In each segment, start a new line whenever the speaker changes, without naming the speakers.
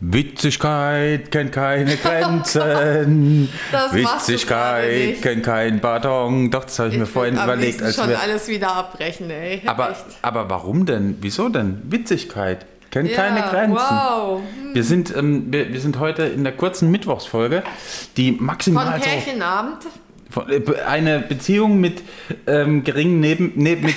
Witzigkeit kennt keine Grenzen.
Das machst du gerade
Witzigkeit
nicht.
kennt keinen Pardon. Doch, das habe ich, mir
Ich
vorhin
würd am
überlegt.
liebsten
Als
schon
wir,
alles wieder abbrechen, ey.
aber,
Echt.
aber warum denn? Wieso denn? Witzigkeit kennt keine
Ja,
Grenzen.
Wow.
Wir, sind, ähm, wir, wir sind heute in der kurzen Mittwochsfolge, die
Von
maximal so
Pärchenabend.
Von- äh, be- Eine Beziehung mit ähm, geringen Neben... Ne, mit,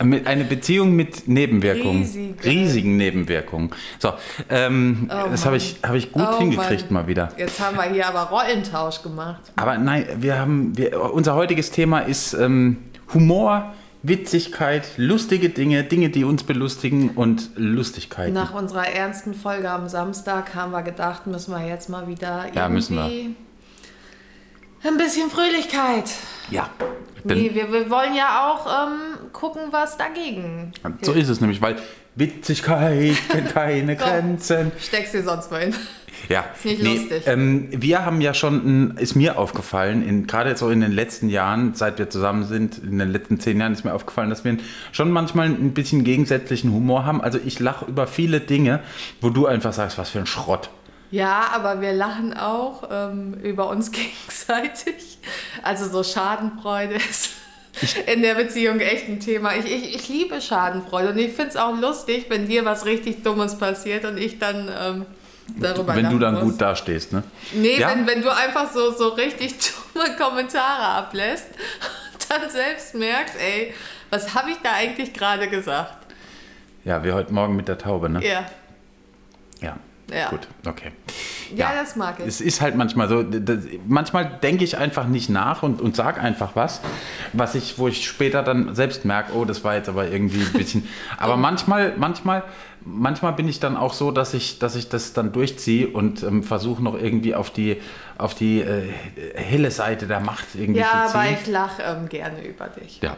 mit, eine Beziehung mit Nebenwirkungen.
Riesige.
Riesigen Nebenwirkungen. So, ähm, das habe ich, hab ich gut
Oh
hingekriegt
Mann.
mal wieder.
Jetzt haben wir hier aber Rollentausch gemacht.
Aber nein, wir haben... Wir, unser heutiges Thema ist ähm, Humor, Witzigkeit, lustige Dinge, Dinge, die uns belustigen und Lustigkeiten.
Nach unserer ernsten Folge am Samstag haben wir gedacht, müssen wir jetzt mal wieder irgendwie
Ja, müssen wir.
ein bisschen Fröhlichkeit.
ja. Ich bin,
Nee, wir, wir wollen ja auch ähm, gucken, was dagegen.
So ist es nämlich, weil Witzigkeit kennt keine
Komm.
Grenzen.
Steckst dir sonst mal hin.
Ja,
Ist nicht lustig.
Ähm, wir haben ja schon, ein- ist mir aufgefallen, in, gerade so in den letzten Jahren, seit wir zusammen sind, in den letzten zehn Jahren ist mir aufgefallen, dass wir schon manchmal ein bisschen gegensätzlichen Humor haben. Also ich lache über viele Dinge, wo du einfach sagst, was für ein Schrott.
Ja, aber wir lachen auch ähm, über uns gegenseitig. Also so Schadenfreude ist in der Beziehung echt ein Thema. Ich, ich, ich liebe Schadenfreude und ich finde es auch lustig, wenn dir was richtig Dummes passiert und ich dann ähm, darüber
wenn du
lachen
dann
muss.
gut dastehst, ne?
Nee,
Ja?
wenn, wenn du einfach so, so richtig dumme Kommentare ablässt und dann selbst merkst, ey, was habe ich da eigentlich gerade gesagt?
Ja, wie heute Morgen mit der Taube, ne?
Ja.
Ja.
Ja.
Gut, okay.
Ja, das mag ich.
Es ist halt manchmal so, d- d- manchmal denke ich einfach nicht nach und, und sage einfach was, was ich, wo ich später dann selbst merke, oh, das war jetzt aber irgendwie ein bisschen. aber manchmal, manchmal, manchmal bin ich dann auch so, dass ich, dass ich das dann durchziehe und ähm, versuche noch irgendwie auf die, auf die äh, helle Seite der Macht irgendwie
Ja,
zu ziehen.
aber ich lache ähm, gerne über dich.
ja,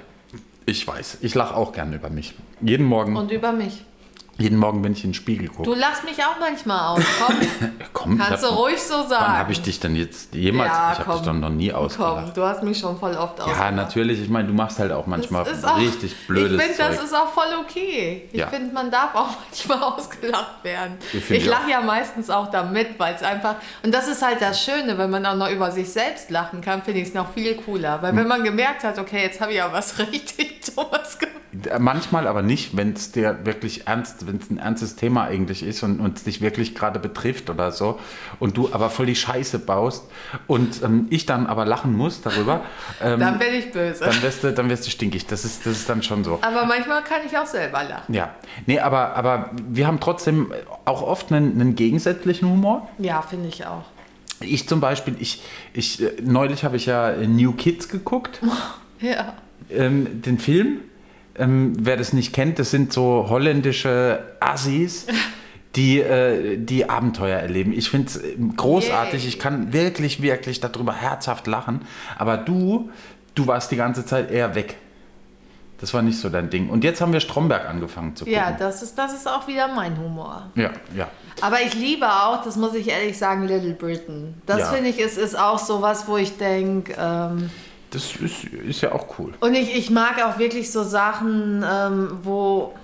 ich weiß. Ich lache auch gerne über mich. Jeden Morgen,
Und über mich.
jeden Morgen, wenn ich in den Spiegel
Du
gucke.
lachst mich auch manchmal aus. Komm,
Komm, ich
kannst du
hab-
ruhig so sagen.
Wann habe ich dich denn jetzt jemals?
Ja,
ich habe dich
komm.
doch noch nie ausgelacht.
Komm, du hast mich schon voll oft
Ja, natürlich. Ich meine, du machst halt auch manchmal richtig blödes
Ich finde, das
Zeug.
ist auch voll okay. Ich
Ja.
finde, man darf auch manchmal ausgelacht werden.
Ich find
Ich
ja.
lache ja meistens auch damit, weil es einfach. Und das ist halt das Schöne, wenn man auch noch über sich selbst lachen kann, finde ich es noch viel cooler.
Hm.
Weil wenn man gemerkt hat, okay, jetzt habe ich ja was richtig Dummes gemacht.
Hm. Äh, Manchmal aber nicht, wenn es dir wirklich ernst, wenn es ein ernstes Thema eigentlich ist und und es dich wirklich gerade betrifft oder so und du aber voll die Scheiße baust und ähm, ich dann aber lachen muss darüber, ähm,
Dann
dann,
bin ich böse.
wirst du, dann wirst du stinkig. Das ist, das ist dann schon so.
Aber manchmal kann ich auch selber lachen.
Ja, nee, aber, aber wir haben trotzdem auch oft einen, einen gegensätzlichen Humor.
Ja, finde ich auch.
Ich zum Beispiel, ich, ich, äh, neulich habe ich ja New Kids geguckt.
Ja.
ähm, den Film. Ähm, wer das nicht kennt, das sind so holländische Assis, die, äh, die Abenteuer erleben. Ich finde es großartig.
Yay.
Ich kann wirklich, wirklich darüber herzhaft lachen. Aber du, du warst die ganze Zeit eher weg. Das war nicht so dein Ding. Und jetzt haben wir Stromberg angefangen zu gucken.
Ja, das ist, das ist auch wieder mein Humor.
ja, ja.
Aber ich liebe auch, das muss ich ehrlich sagen, Little Britain. Das
Ja.
finde ich ist, ist auch sowas, wo ich denke. Ähm,
Das ist, ist ja auch cool.
und ich, ich mag auch wirklich so Sachen, ähm, wo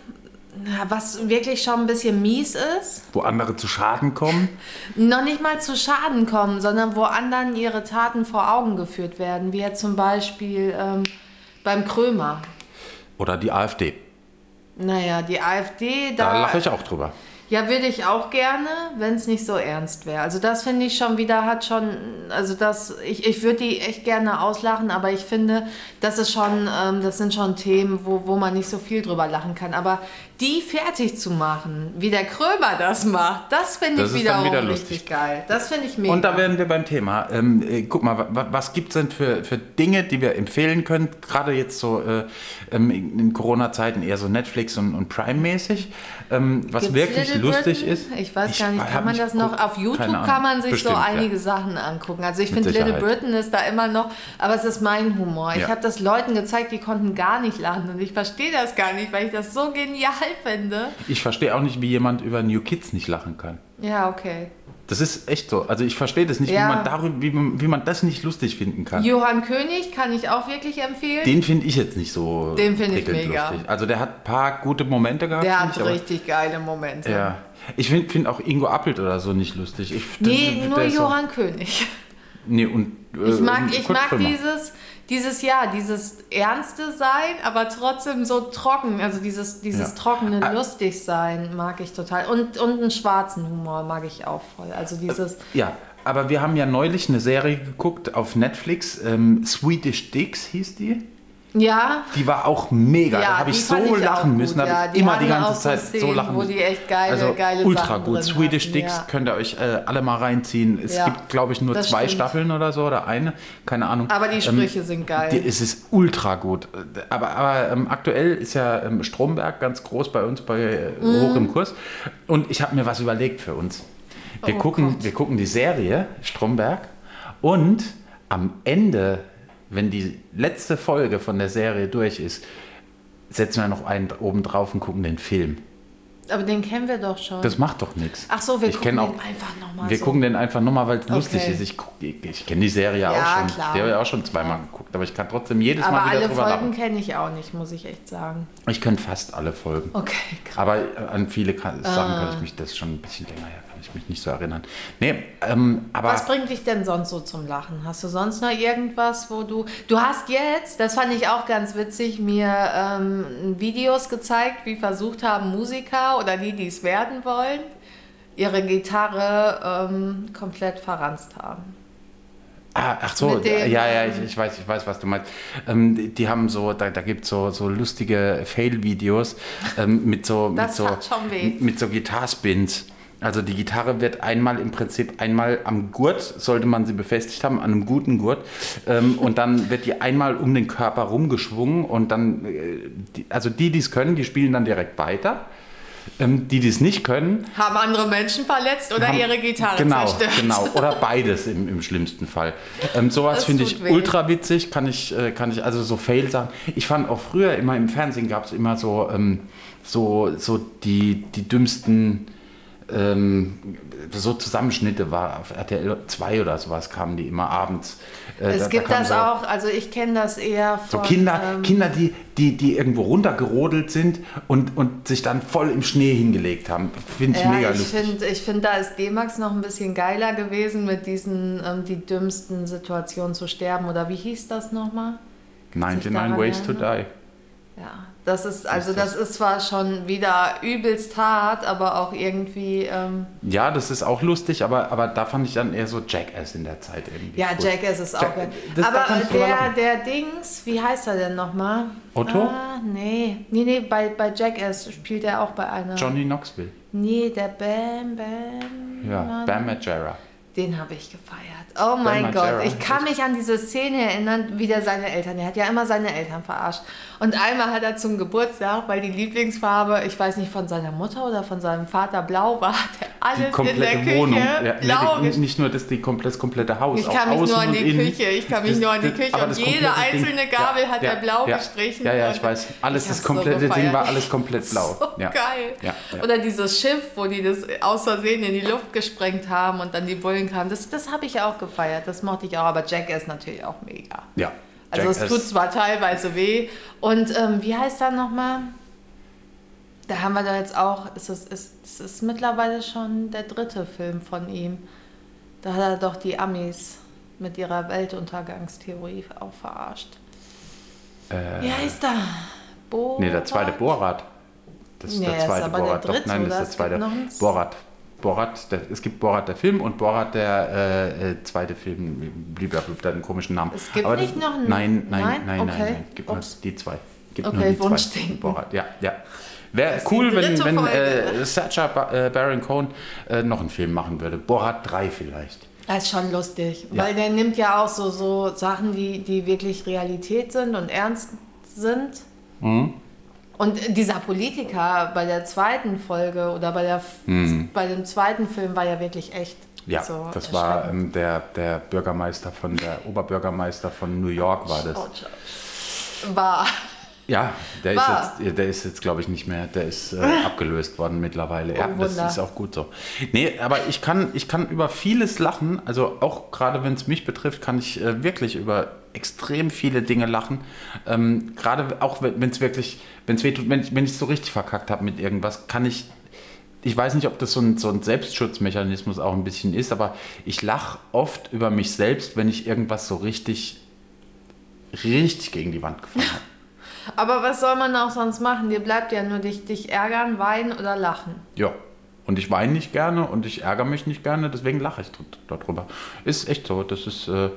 na, was wirklich schon ein bisschen mies ist,
Wo andere zu Schaden kommen.
noch nicht mal zu Schaden kommen, sondern wo anderen ihre Taten vor Augen geführt werden, wie jetzt zum Beispiel ähm, beim Krömer.
Oder die AfD.
Naja, die AfD,
Da
da,
lache ich auch drüber.
Ja, würde ich auch gerne, wenn es nicht so ernst wäre. Also das finde ich schon wieder, hat schon, also das, ich, ich würde die echt gerne auslachen, aber ich finde, das ist schon, ähm, das sind schon Themen, wo, wo man nicht so viel drüber lachen kann. Aber die fertig zu machen, wie der Krömer das macht, das finde
Das
ich
ist dann
wiederum
wieder
richtig
lustig.
geil. Das finde ich mega.
Und da wären wir beim Thema. Ähm, äh, guck mal, wa- wa- was gibt es denn für, für Dinge, die wir empfehlen können? Gerade jetzt so äh, ähm, in in Corona-Zeiten eher so Netflix und, und Prime-mäßig. Ähm, was
Gibt's
wirklich
Little
lustig
Britain?
ist.
Ich weiß gar nicht,
hab
kann man
nicht
das noch?
geguckt.
Auf YouTube
Keine Ahnung.
kann man sich so
Bestimmt,
einige
Ja.
Sachen angucken. Also ich finde, Little
Sicherheit.
Britain ist da immer noch, aber es ist mein Humor. Ich
Ja.
habe das Leuten gezeigt, die konnten gar nicht lachen und ich verstehe das gar nicht, weil ich das so genial finde.
Ich verstehe auch nicht, wie jemand über New Kids nicht lachen kann.
Ja, okay.
Das ist echt so. Also ich verstehe das nicht,
Ja.
wie, man darüber, wie, man, wie man das nicht lustig finden kann.
Johann König kann ich auch wirklich empfehlen.
Den finde ich jetzt nicht so
Den finde ich
prickelnd
mega.
Also der hat ein paar gute Momente gehabt.
Der
finde
hat
ich, aber-
richtig geile Momente.
Ja. Ich finde find auch Ingo Appelt oder so nicht lustig. Ich,
Nee,
der
nur
ist so-
Johann König.
Nee, und, äh,
Ich mag,
und
ich
Kurt
mag
Krömer.
dieses, dieses, ja, dieses ernste Sein, aber trotzdem so trocken. Also dieses, dieses
Ja.
trockene
Ah.
lustig Sein mag ich total. Und, und einen schwarzen Humor mag ich auch voll.
Äh,
Also dieses,
Ja, aber wir haben ja neulich eine Serie geguckt auf Netflix. Ähm, Swedish Dicks hieß die.
ja,
Die war auch mega. da habe
die
ich so
fand auch
lachen
gut,
müssen. Da
ja.
habe ich immer
hatten
die
auch
ganze Zeit so
Szenen,
lachen
wo
müssen.
die echt geile,
also
geile
ultra
Sachen
gut.
drin
Swedish
hatten,
Dicks
ja.
könnt ihr euch äh, alle mal reinziehen. Es
Ja,
gibt, glaube ich, nur
das
zwei
stimmt.
Staffeln oder so oder eine. Keine Ahnung.
Aber die
Ähm,
Sprüche sind geil.
die, es ist ultra gut. Aber, aber ähm, aktuell ist ja ähm, Stromberg ganz groß bei uns, bei, äh,
Mhm.
hoch im Kurs. Und ich habe mir was überlegt für uns. Wir,
Oh
gucken,
Gott.
wir gucken die Serie Stromberg und am Ende, wenn die letzte Folge von der Serie durch ist, setzen wir noch einen oben drauf und gucken den Film.
aber den kennen wir doch schon.
Das macht doch nichts.
Ach so, wir
ich
gucken
kenn auch,
den einfach nochmal
Wir
so.
gucken den einfach nochmal, weil es lustig
Okay.
ist. Ich, guck- ich, ich kenne die Serie ja
Ja,
auch schon.
klar.
Die habe ich auch schon zweimal geguckt, aber ich kann trotzdem jedes
aber
Mal wieder
alle
drüber lachen.
Folgen kenne ich auch nicht, muss ich echt sagen.
Ich kann fast alle Folgen.
Okay, Ah. krass.
Aber äh, an viele kann, Sachen kann ich mich das schon ein bisschen länger her, kann ich mich nicht so erinnern. Nee, ähm, aber
Was bringt dich denn sonst so zum Lachen? Hast du sonst noch irgendwas, wo du. Du hast jetzt, das fand ich auch ganz witzig, mir ähm, Videos gezeigt, wie versucht haben Musiker oder die, die es werden wollen, ihre Gitarre ähm, komplett verranzt haben.
ah, ach so,
mit dem- ähm,
ja, ja, ich, ich weiß, ich weiß, was du meinst. Ähm, die, die haben so, da, da gibt es so, so lustige Fail-Videos ähm, mit so, mit
Das
so,
tat schon weh.
mit so Gitarspins. Also die Gitarre wird einmal im Prinzip einmal am Gurt, sollte man sie befestigt haben, an einem guten Gurt. Ähm, und dann wird die einmal um den Körper rumgeschwungen und dann, äh, die, also die, die es können, die spielen dann direkt weiter. Ähm, die, die es nicht können,
Haben andere Menschen verletzt oder
haben-
ihre Gitarre
genau,
zerstört?
Genau, oder beides im, im schlimmsten Fall. Ähm, sowas
Das
finde
tut
ich
weh.
ultra witzig, kann ich, äh, kann ich also so fail sagen. Ich fand auch früher immer im Fernsehen gab es immer so, ähm, so, so die, die dümmsten ähm, so Zusammenschnitte war auf RTL 2 oder sowas kamen die immer abends. Äh, da-
Es
da
gibt
kam
das
so-
auch, also ich kenne das eher
so
von.
Kinder,
ähm,
Kinder die, die, die irgendwo runtergerodelt sind und, und sich dann voll im Schnee hingelegt haben. Finde ich
Ja,
mega
ich
lustig.
finde, ich find, da ist D-Max noch ein bisschen geiler gewesen mit diesen, ähm, die dümmsten Situationen zu sterben. Oder wie hieß das nochmal? sich
99
daran ne?
Ways to Die.
Ja, das ist, also
Ist das-
das ist zwar schon wieder übelst hart, aber auch irgendwie, ähm,
Ja, das ist auch lustig, aber, aber da fand ich dann eher so Jackass in der Zeit irgendwie.
ja,
cool.
Jackass ist auch
Jack-
geil.
das- da
Aber
kann ich drüber
der,
lachen.
der Dings, wie heißt er denn nochmal?
Otto?
Ah, nee. Nee, nee, bei, bei Jackass spielt er auch bei einer.
Johnny Knoxville.
Nee, der Bam Bam.
Ja,
Mann.
Bam Majera.
Den habe ich gefeiert. Oh mein
Margera,
Gott, ich kann mich an diese Szene erinnern, wie der seine Eltern, der hat ja immer seine Eltern verarscht. Und einmal hat er zum Geburtstag, weil die Lieblingsfarbe, ich weiß nicht, von seiner Mutter oder von seinem Vater blau war, hat er
Die
alles in der
komplette
Küche
Wohnung. Ja,
blau
nee, die-
gesch-
nicht nur das, die komplett, das komplette Haus.
Ich
auch
kann mich
außen
nur an
und
die
innen.
Küche, ich kann mich
Das-
nur an die
das-
Küche
aber
und
das
jede
komplette Ding-
einzelne Gabel hat er blau
ja,
gestrichen.
Ja, ja, ich
und-
weiß. Alles,
Ich
das
hab's so
komplette Ding
gefeiert.
war alles komplett blau.
So
ja.
geil.
Ja, ja.
Oder dieses Schiff, wo die das aus Versehen in die Luft gesprengt haben und dann die Bullen kamen. Das, das habe ich auch gefeiert, das mochte ich auch. Aber Jack ist natürlich auch mega.
ja.
Also es
Jackass.
tut zwar teilweise weh. Und ähm, wie heißt er nochmal? Da haben wir da jetzt auch, es ist, es es ist mittlerweile schon der dritte Film von ihm. Da hat er doch die Amis mit ihrer Weltuntergangstheorie auch verarscht.
Äh,
Wie heißt er? Borat?
Nee, der zweite Borat. Das ist
Nee,
der
das ist
zweite
aber der
Borat. Doch,
dritte,
nein, das
oder?
ist der
Es gibt
zweite
noch eins.
Borat. Borat, der, es gibt Borat der Film und Borat der äh, äh, zweite Film, blablabla, der hat einen komischen Namen.
Es gibt
Aber
nicht noch einen-
Nein, nein,
Nein?
nein, nein,
Okay.
nein, Gibt nur
Ups.
die zwei. Gibt
Okay,
nur die zwei.
Wunschdenken.
Borat, ja, ja. Wäre
Das ist die
cool, wenn,
dritte
wenn
Folge.
äh, Sacha ba äh, Baron Cohen äh, noch einen Film machen würde. Borat 3 vielleicht.
Das ist schon lustig,
Ja.
weil der nimmt ja auch so, so Sachen, die, die wirklich Realität sind und ernst sind.
Mhm.
Und dieser Politiker bei der zweiten Folge oder bei, der, bei dem zweiten Film war ja wirklich echt.
Mhm. Ja,
so
das war
erschreckend.
ähm, der, der
Oh,
Bürgermeister von, der Oberbürgermeister von New York war das.
Autsch. War.
Ja, der ist
War.
jetzt, ja, der ist jetzt glaube ich, nicht mehr. Der ist äh, abgelöst worden mittlerweile. ja,
Ah. Oh,
das
Wunder.
ist auch gut so. Nee, aber ich kann, ich kann über vieles lachen. Also auch gerade wenn es mich betrifft, kann ich äh, wirklich über extrem viele Dinge lachen. Ähm, gerade auch wenn es wirklich, wenn's weh tut, wenn ich es so richtig verkackt habe mit irgendwas, kann ich ich weiß nicht, ob das so ein, so ein Selbstschutzmechanismus auch ein bisschen ist, aber ich lache oft über mich selbst, wenn ich irgendwas so richtig, richtig gegen die Wand gefahren habe.
Aber was soll man auch sonst machen? Dir bleibt ja nur dich, dich ärgern, weinen oder lachen.
Ja. Und ich weine nicht gerne und ich ärgere mich nicht gerne, deswegen lache ich dr- darüber. Ist echt so. Das ist. Äh,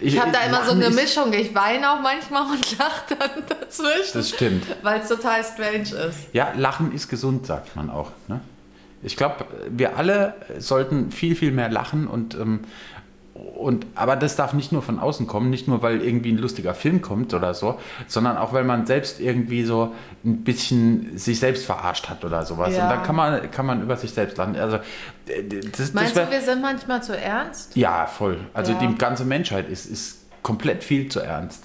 Ich habe da immer so eine
Lachen ist-
Mischung. Ich weine auch manchmal und lache dann dazwischen,
Das stimmt.
weil es total strange ist.
Ja, Lachen ist gesund, sagt man auch. Ne? Ich glaube, wir alle sollten viel, viel mehr lachen und, ähm, und aber das darf nicht nur von außen kommen, nicht nur weil irgendwie ein lustiger Film kommt oder so, sondern auch weil man selbst irgendwie so ein bisschen sich selbst verarscht hat oder sowas.
Ja.
Und dann kann man, kann man über sich selbst lachen. Also äh, das, das
Meinst
wär,
du, wir sind manchmal zu ernst?
ja, voll. Also
Ja.
die ganze Menschheit ist, ist komplett viel zu ernst.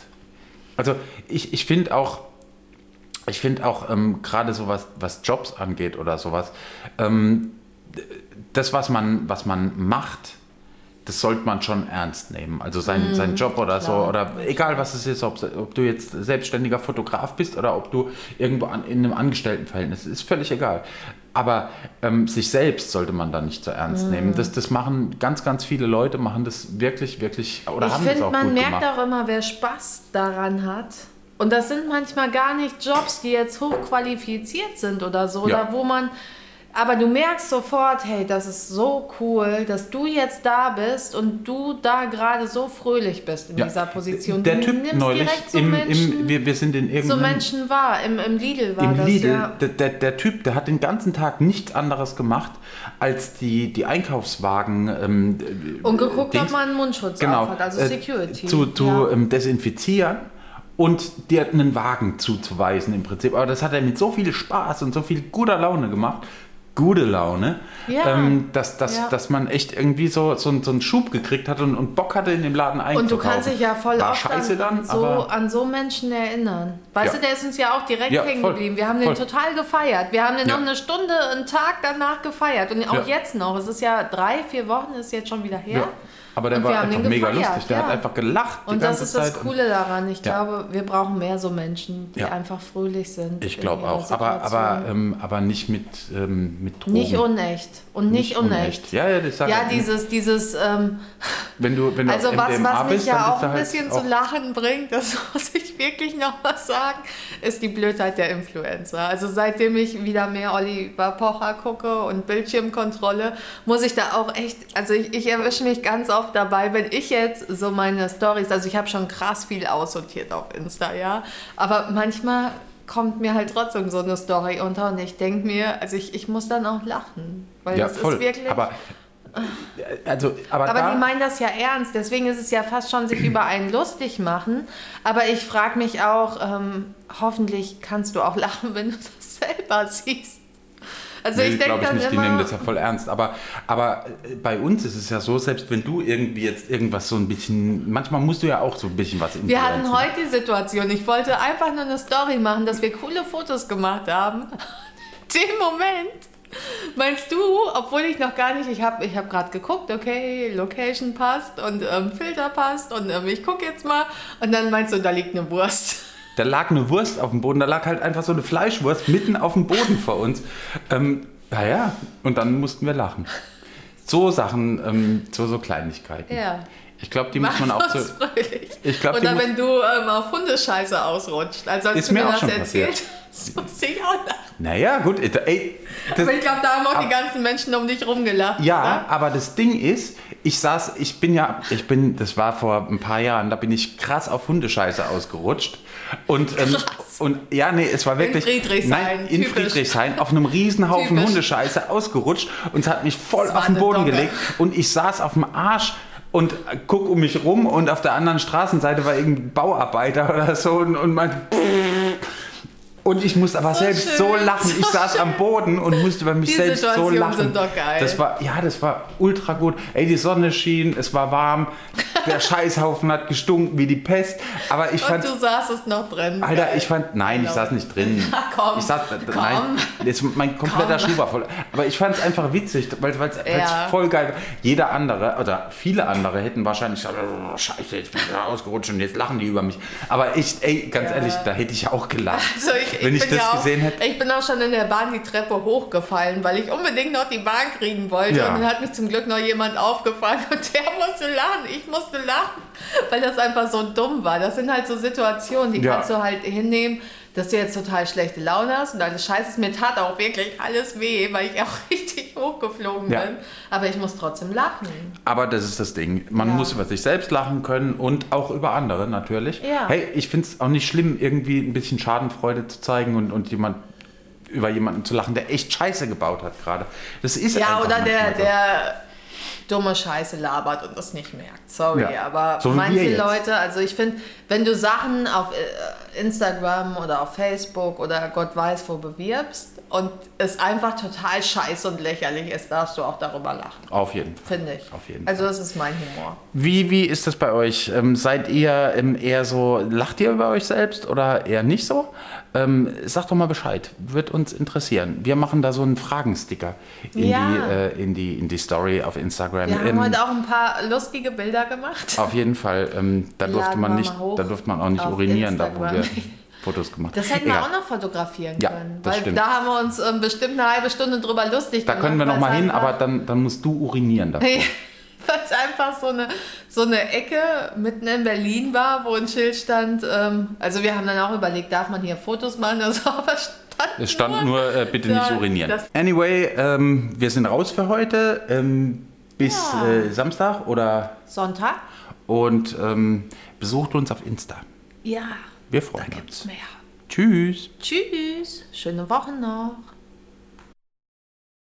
Also ich, ich finde auch, ich finde auch ähm, gerade so was, was Jobs angeht oder sowas, ähm, d- das, was man, was man macht, das sollte man schon ernst nehmen. Also sein, sein Job oder so,
Mhm, klar.
oder egal was es ist, ob, ob du jetzt selbstständiger Fotograf bist oder ob du irgendwo an, in einem Angestelltenverhältnis ist, völlig egal. Aber ähm, sich selbst sollte man da nicht so
Mhm.
ernst nehmen. Das, das machen ganz, ganz viele Leute, machen das wirklich, wirklich, oder
ich
haben das
finde,
auch
man
gut
merkt
gemacht.
auch immer, wer Spaß daran hat. Und das sind manchmal gar nicht Jobs, die jetzt hochqualifiziert sind oder so,
Ja.
oder wo man. Aber du merkst sofort, hey, das ist so cool, dass du jetzt da bist und du da gerade so fröhlich bist in
Ja.
dieser Position.
Der
du
Typ
nimmst
neulich,
direkt so
im,
Menschen,
im, wir, wir sind in
so
irgendeinem...
Menschen wahr. Im, Im Lidl war
Im
das
Lidl,
ja.
der, der, der Typ, der hat den ganzen Tag nichts anderes gemacht, als die, die Einkaufswagen ähm,
Und geguckt,
Dings-
ob man einen Mundschutz
genau,
auf hat, Oh, also
äh,
Security.
zu, zu
ja.
ähm, desinfizieren und dir einen Wagen zuzuweisen im Prinzip. Aber das hat er mit so viel Spaß und so viel guter Laune gemacht. Gute Laune,
Ja.
ähm, dass, dass,
Ja.
dass man echt irgendwie so, so, einen- so einen Schub gekriegt hat und, und Bock hatte, in dem Laden
Und du
einzukaufen.
kannst dich ja voll
War
oft
scheiße
an,
dann,
an, so,
aber
an so Menschen erinnern. Weißt
Ja.
du, der ist uns ja auch direkt
Ja,
hängen
voll,
geblieben. Wir haben den
voll.
total gefeiert. Wir haben den
Ja.
noch eine Stunde, einen Tag danach gefeiert. Und auch
Ja.
jetzt noch. Es ist ja drei, vier Wochen, ist jetzt schon wieder her.
ja. aber der
Und wir
war
haben
einfach
den
mega
gefeiert,
lustig. Der
ja.
hat einfach gelacht. die
Und das
ganze
ist das
Zeit.
Coole daran. Ich
Ja.
glaube, wir brauchen mehr so Menschen, die
Ja.
einfach fröhlich sind.
Ich
in
glaube
ihrer
auch, aber, aber,
Situation.
ähm, aber nicht mit, ähm, mit Drogen.
nicht unecht. Und nicht, unecht.
Ja, ja, das sag
Ja,
ich.
dieses, dieses, ähm,
wenn du, wenn du
Also
auf
was,
MDMA
was mich
bist, dann
ja
bist
auch
du
ein
halt
bisschen
auch,
zu lachen bringt, das muss ich wirklich noch was sagen, ist die Blödheit der Influencer. Also seitdem ich wieder mehr Oliver Pocher gucke und Bildschirmkontrolle, muss ich da auch echt, also ich, ich erwische mich ganz oft dabei, wenn ich jetzt so meine Stories, also ich habe schon krass viel aussortiert auf Insta, ja, aber manchmal kommt mir halt trotzdem so eine Story unter und ich denke mir, also ich, ich muss dann auch lachen, weil
Ja,
das
voll.
ist wirklich...
aber, äh, also, aber,
Aber
da,
die meinen das ja ernst, deswegen ist es ja fast schon sich über einen lustig machen. Aber ich frage mich auch, ähm, hoffentlich kannst du auch lachen, wenn du das selber siehst. Also
Nee,
ich denke
glaub
dann
nicht,
immer,
die nehmen das halt ja voll ernst. Aber, aber äh, bei uns ist es ja so, selbst wenn du irgendwie jetzt irgendwas so ein bisschen, manchmal musst du ja auch so ein bisschen was
wir hatten
influenzen.
heute die Situation, ich wollte einfach nur eine Story machen, dass wir coole Fotos gemacht haben. Den Moment. Meinst du, obwohl ich noch gar nicht, ich habe ich hab gerade geguckt, okay, Location passt und ähm, Filter passt und ähm, ich gucke jetzt mal und dann meinst du, da liegt eine Wurst.
Da lag eine Wurst auf dem Boden, da lag halt einfach so eine Fleischwurst mitten auf dem Boden vor uns. Ähm, naja, und dann mussten wir lachen. So Sachen, ähm, so, so Kleinigkeiten.
Ja.
Ich glaube, die muss man auch
Macht
zu.
uns fröhlich.
Ich glaub, die
Oder
muss-
wenn du ähm, auf Hundescheiße ausrutscht. Also als
Ist
du mir,
mir auch
das
schon
erzählt hast, musste ich auch lachen.
Naja, gut, äh, ey. Das,
Aber ich glaube, da haben auch die
Ab-
ganzen Menschen um dich rumgelacht. ne?
Ja, aber das Ding ist, ich saß, ich bin ja, ich bin, das war vor ein paar Jahren, da bin ich krass auf Hundescheiße ausgerutscht. Und, ähm, und ja, nee, es war wirklich.
Friedrichshain,
Nein, in
typisch.
Friedrichshain, auf einem Riesenhaufen
Typisch.
Hundescheiße ausgerutscht und es hat mich voll
Das
auf
war
den
eine
Boden
Dogge.
gelegt und ich saß auf dem Arsch. Und äh, guck um mich rum und auf der anderen Straßenseite war irgendein Bauarbeiter oder so und, und meinte, und ich musste aber
So
selbst
schön,
so lachen.
so
ich saß am Boden und musste über mich
Die
selbst so
Situationen
lachen.
sind doch geil.
Das war, ja, das war ultra gut. Ey, die Sonne schien, es war warm. der Scheißhaufen hat gestunken wie die Pest. Aber ich
Und
fand, Ah,
du saßest noch drin.
Alter, ich fand, nein, ich saß nicht drin.
Na komm,
ich saß, äh,
komm.
nein, das, mein kompletter
Komm.
Schuh war voll. Aber ich fand es einfach witzig, weil es
Ja.
voll geil war. Jeder andere, oder viele andere hätten wahrscheinlich gesagt, oh, scheiße, jetzt bin ich da ausgerutscht und jetzt lachen die über mich. Aber ich, ey, ganz ehrlich, da hätte ich auch gelacht,
Also ich,
wenn ich, das
bin ja auch,
gesehen hätte.
Ich bin auch schon in der Bahn die Treppe hochgefallen, weil ich unbedingt noch die Bahn kriegen wollte.
Ja.
Und dann hat mich zum Glück noch jemand aufgefangen und der musste lachen. Ich musste lachen, weil das einfach so dumm war. Das sind halt so Situationen, die
Ja.
kannst du halt hinnehmen, dass du jetzt total schlechte Laune hast und alles scheiße ist. Mir tat auch wirklich alles weh, weil ich auch richtig hochgeflogen
Ja.
bin. Aber ich muss trotzdem lachen.
Aber das ist das Ding. Man
Ja.
muss über sich selbst lachen können und auch über andere natürlich.
Ja.
Hey, ich finde es auch nicht schlimm, irgendwie ein bisschen Schadenfreude zu zeigen und, und jemand über jemanden zu lachen, der echt Scheiße gebaut hat gerade. Das ist
Ja,
einfach
oder der,
manchmal so.
der dumme Scheiße labert und das nicht merkt. Sorry,
Ja.
aber
So wie wir
manche
jetzt.
Leute, also ich finde, wenn du Sachen auf äh, Instagram oder auf Facebook oder Gott weiß wo bewirbst und es einfach total scheiße und lächerlich ist, darfst du auch darüber lachen.
Auf jeden Fall.
Finde ich.
Auf jeden
also das ist mein Humor.
Wie, wie ist das bei euch? Ähm, seid ihr ähm, eher so, lacht ihr über euch selbst oder eher nicht so? Ähm, sagt doch mal Bescheid, wird uns interessieren. Wir machen da so einen Fragensticker in,
Ja.
die, äh, in, die, in die Story auf Instagram.
Wir
Ähm,
haben heute auch ein paar lustige Bilder gemacht.
Auf jeden Fall, ähm, da durfte
Laden
man
wir
nicht,
mal hoch
da durfte man auch nicht
auf
urinieren, da wo
Instagram.
wir Fotos gemacht haben.
Das hätten
Egal.
wir auch noch fotografieren
Ja,
können.
das
weil
stimmt.
da haben wir uns ähm, bestimmt eine halbe Stunde drüber lustig
Da
gemacht. ne?
können wir
weil es
nochmal hin,
einfach-
aber dann, dann musst du urinieren da.
Weil es einfach so eine, so eine Ecke mitten in Berlin war, wo ein Schild stand. Ähm, also wir haben dann auch überlegt, darf man hier Fotos machen oder so, aber es stand
Es stand nur, äh, bitte nicht
Da-
urinieren.
das-
Anyway, ähm, wir sind raus für heute ähm, bis
Ja.
äh, Samstag oder
Sonntag?
und ähm, besucht uns auf Insta.
Ja,
Wir
da
freuen uns.
gibt's mehr.
Tschüss.
Tschüss, schöne Woche noch.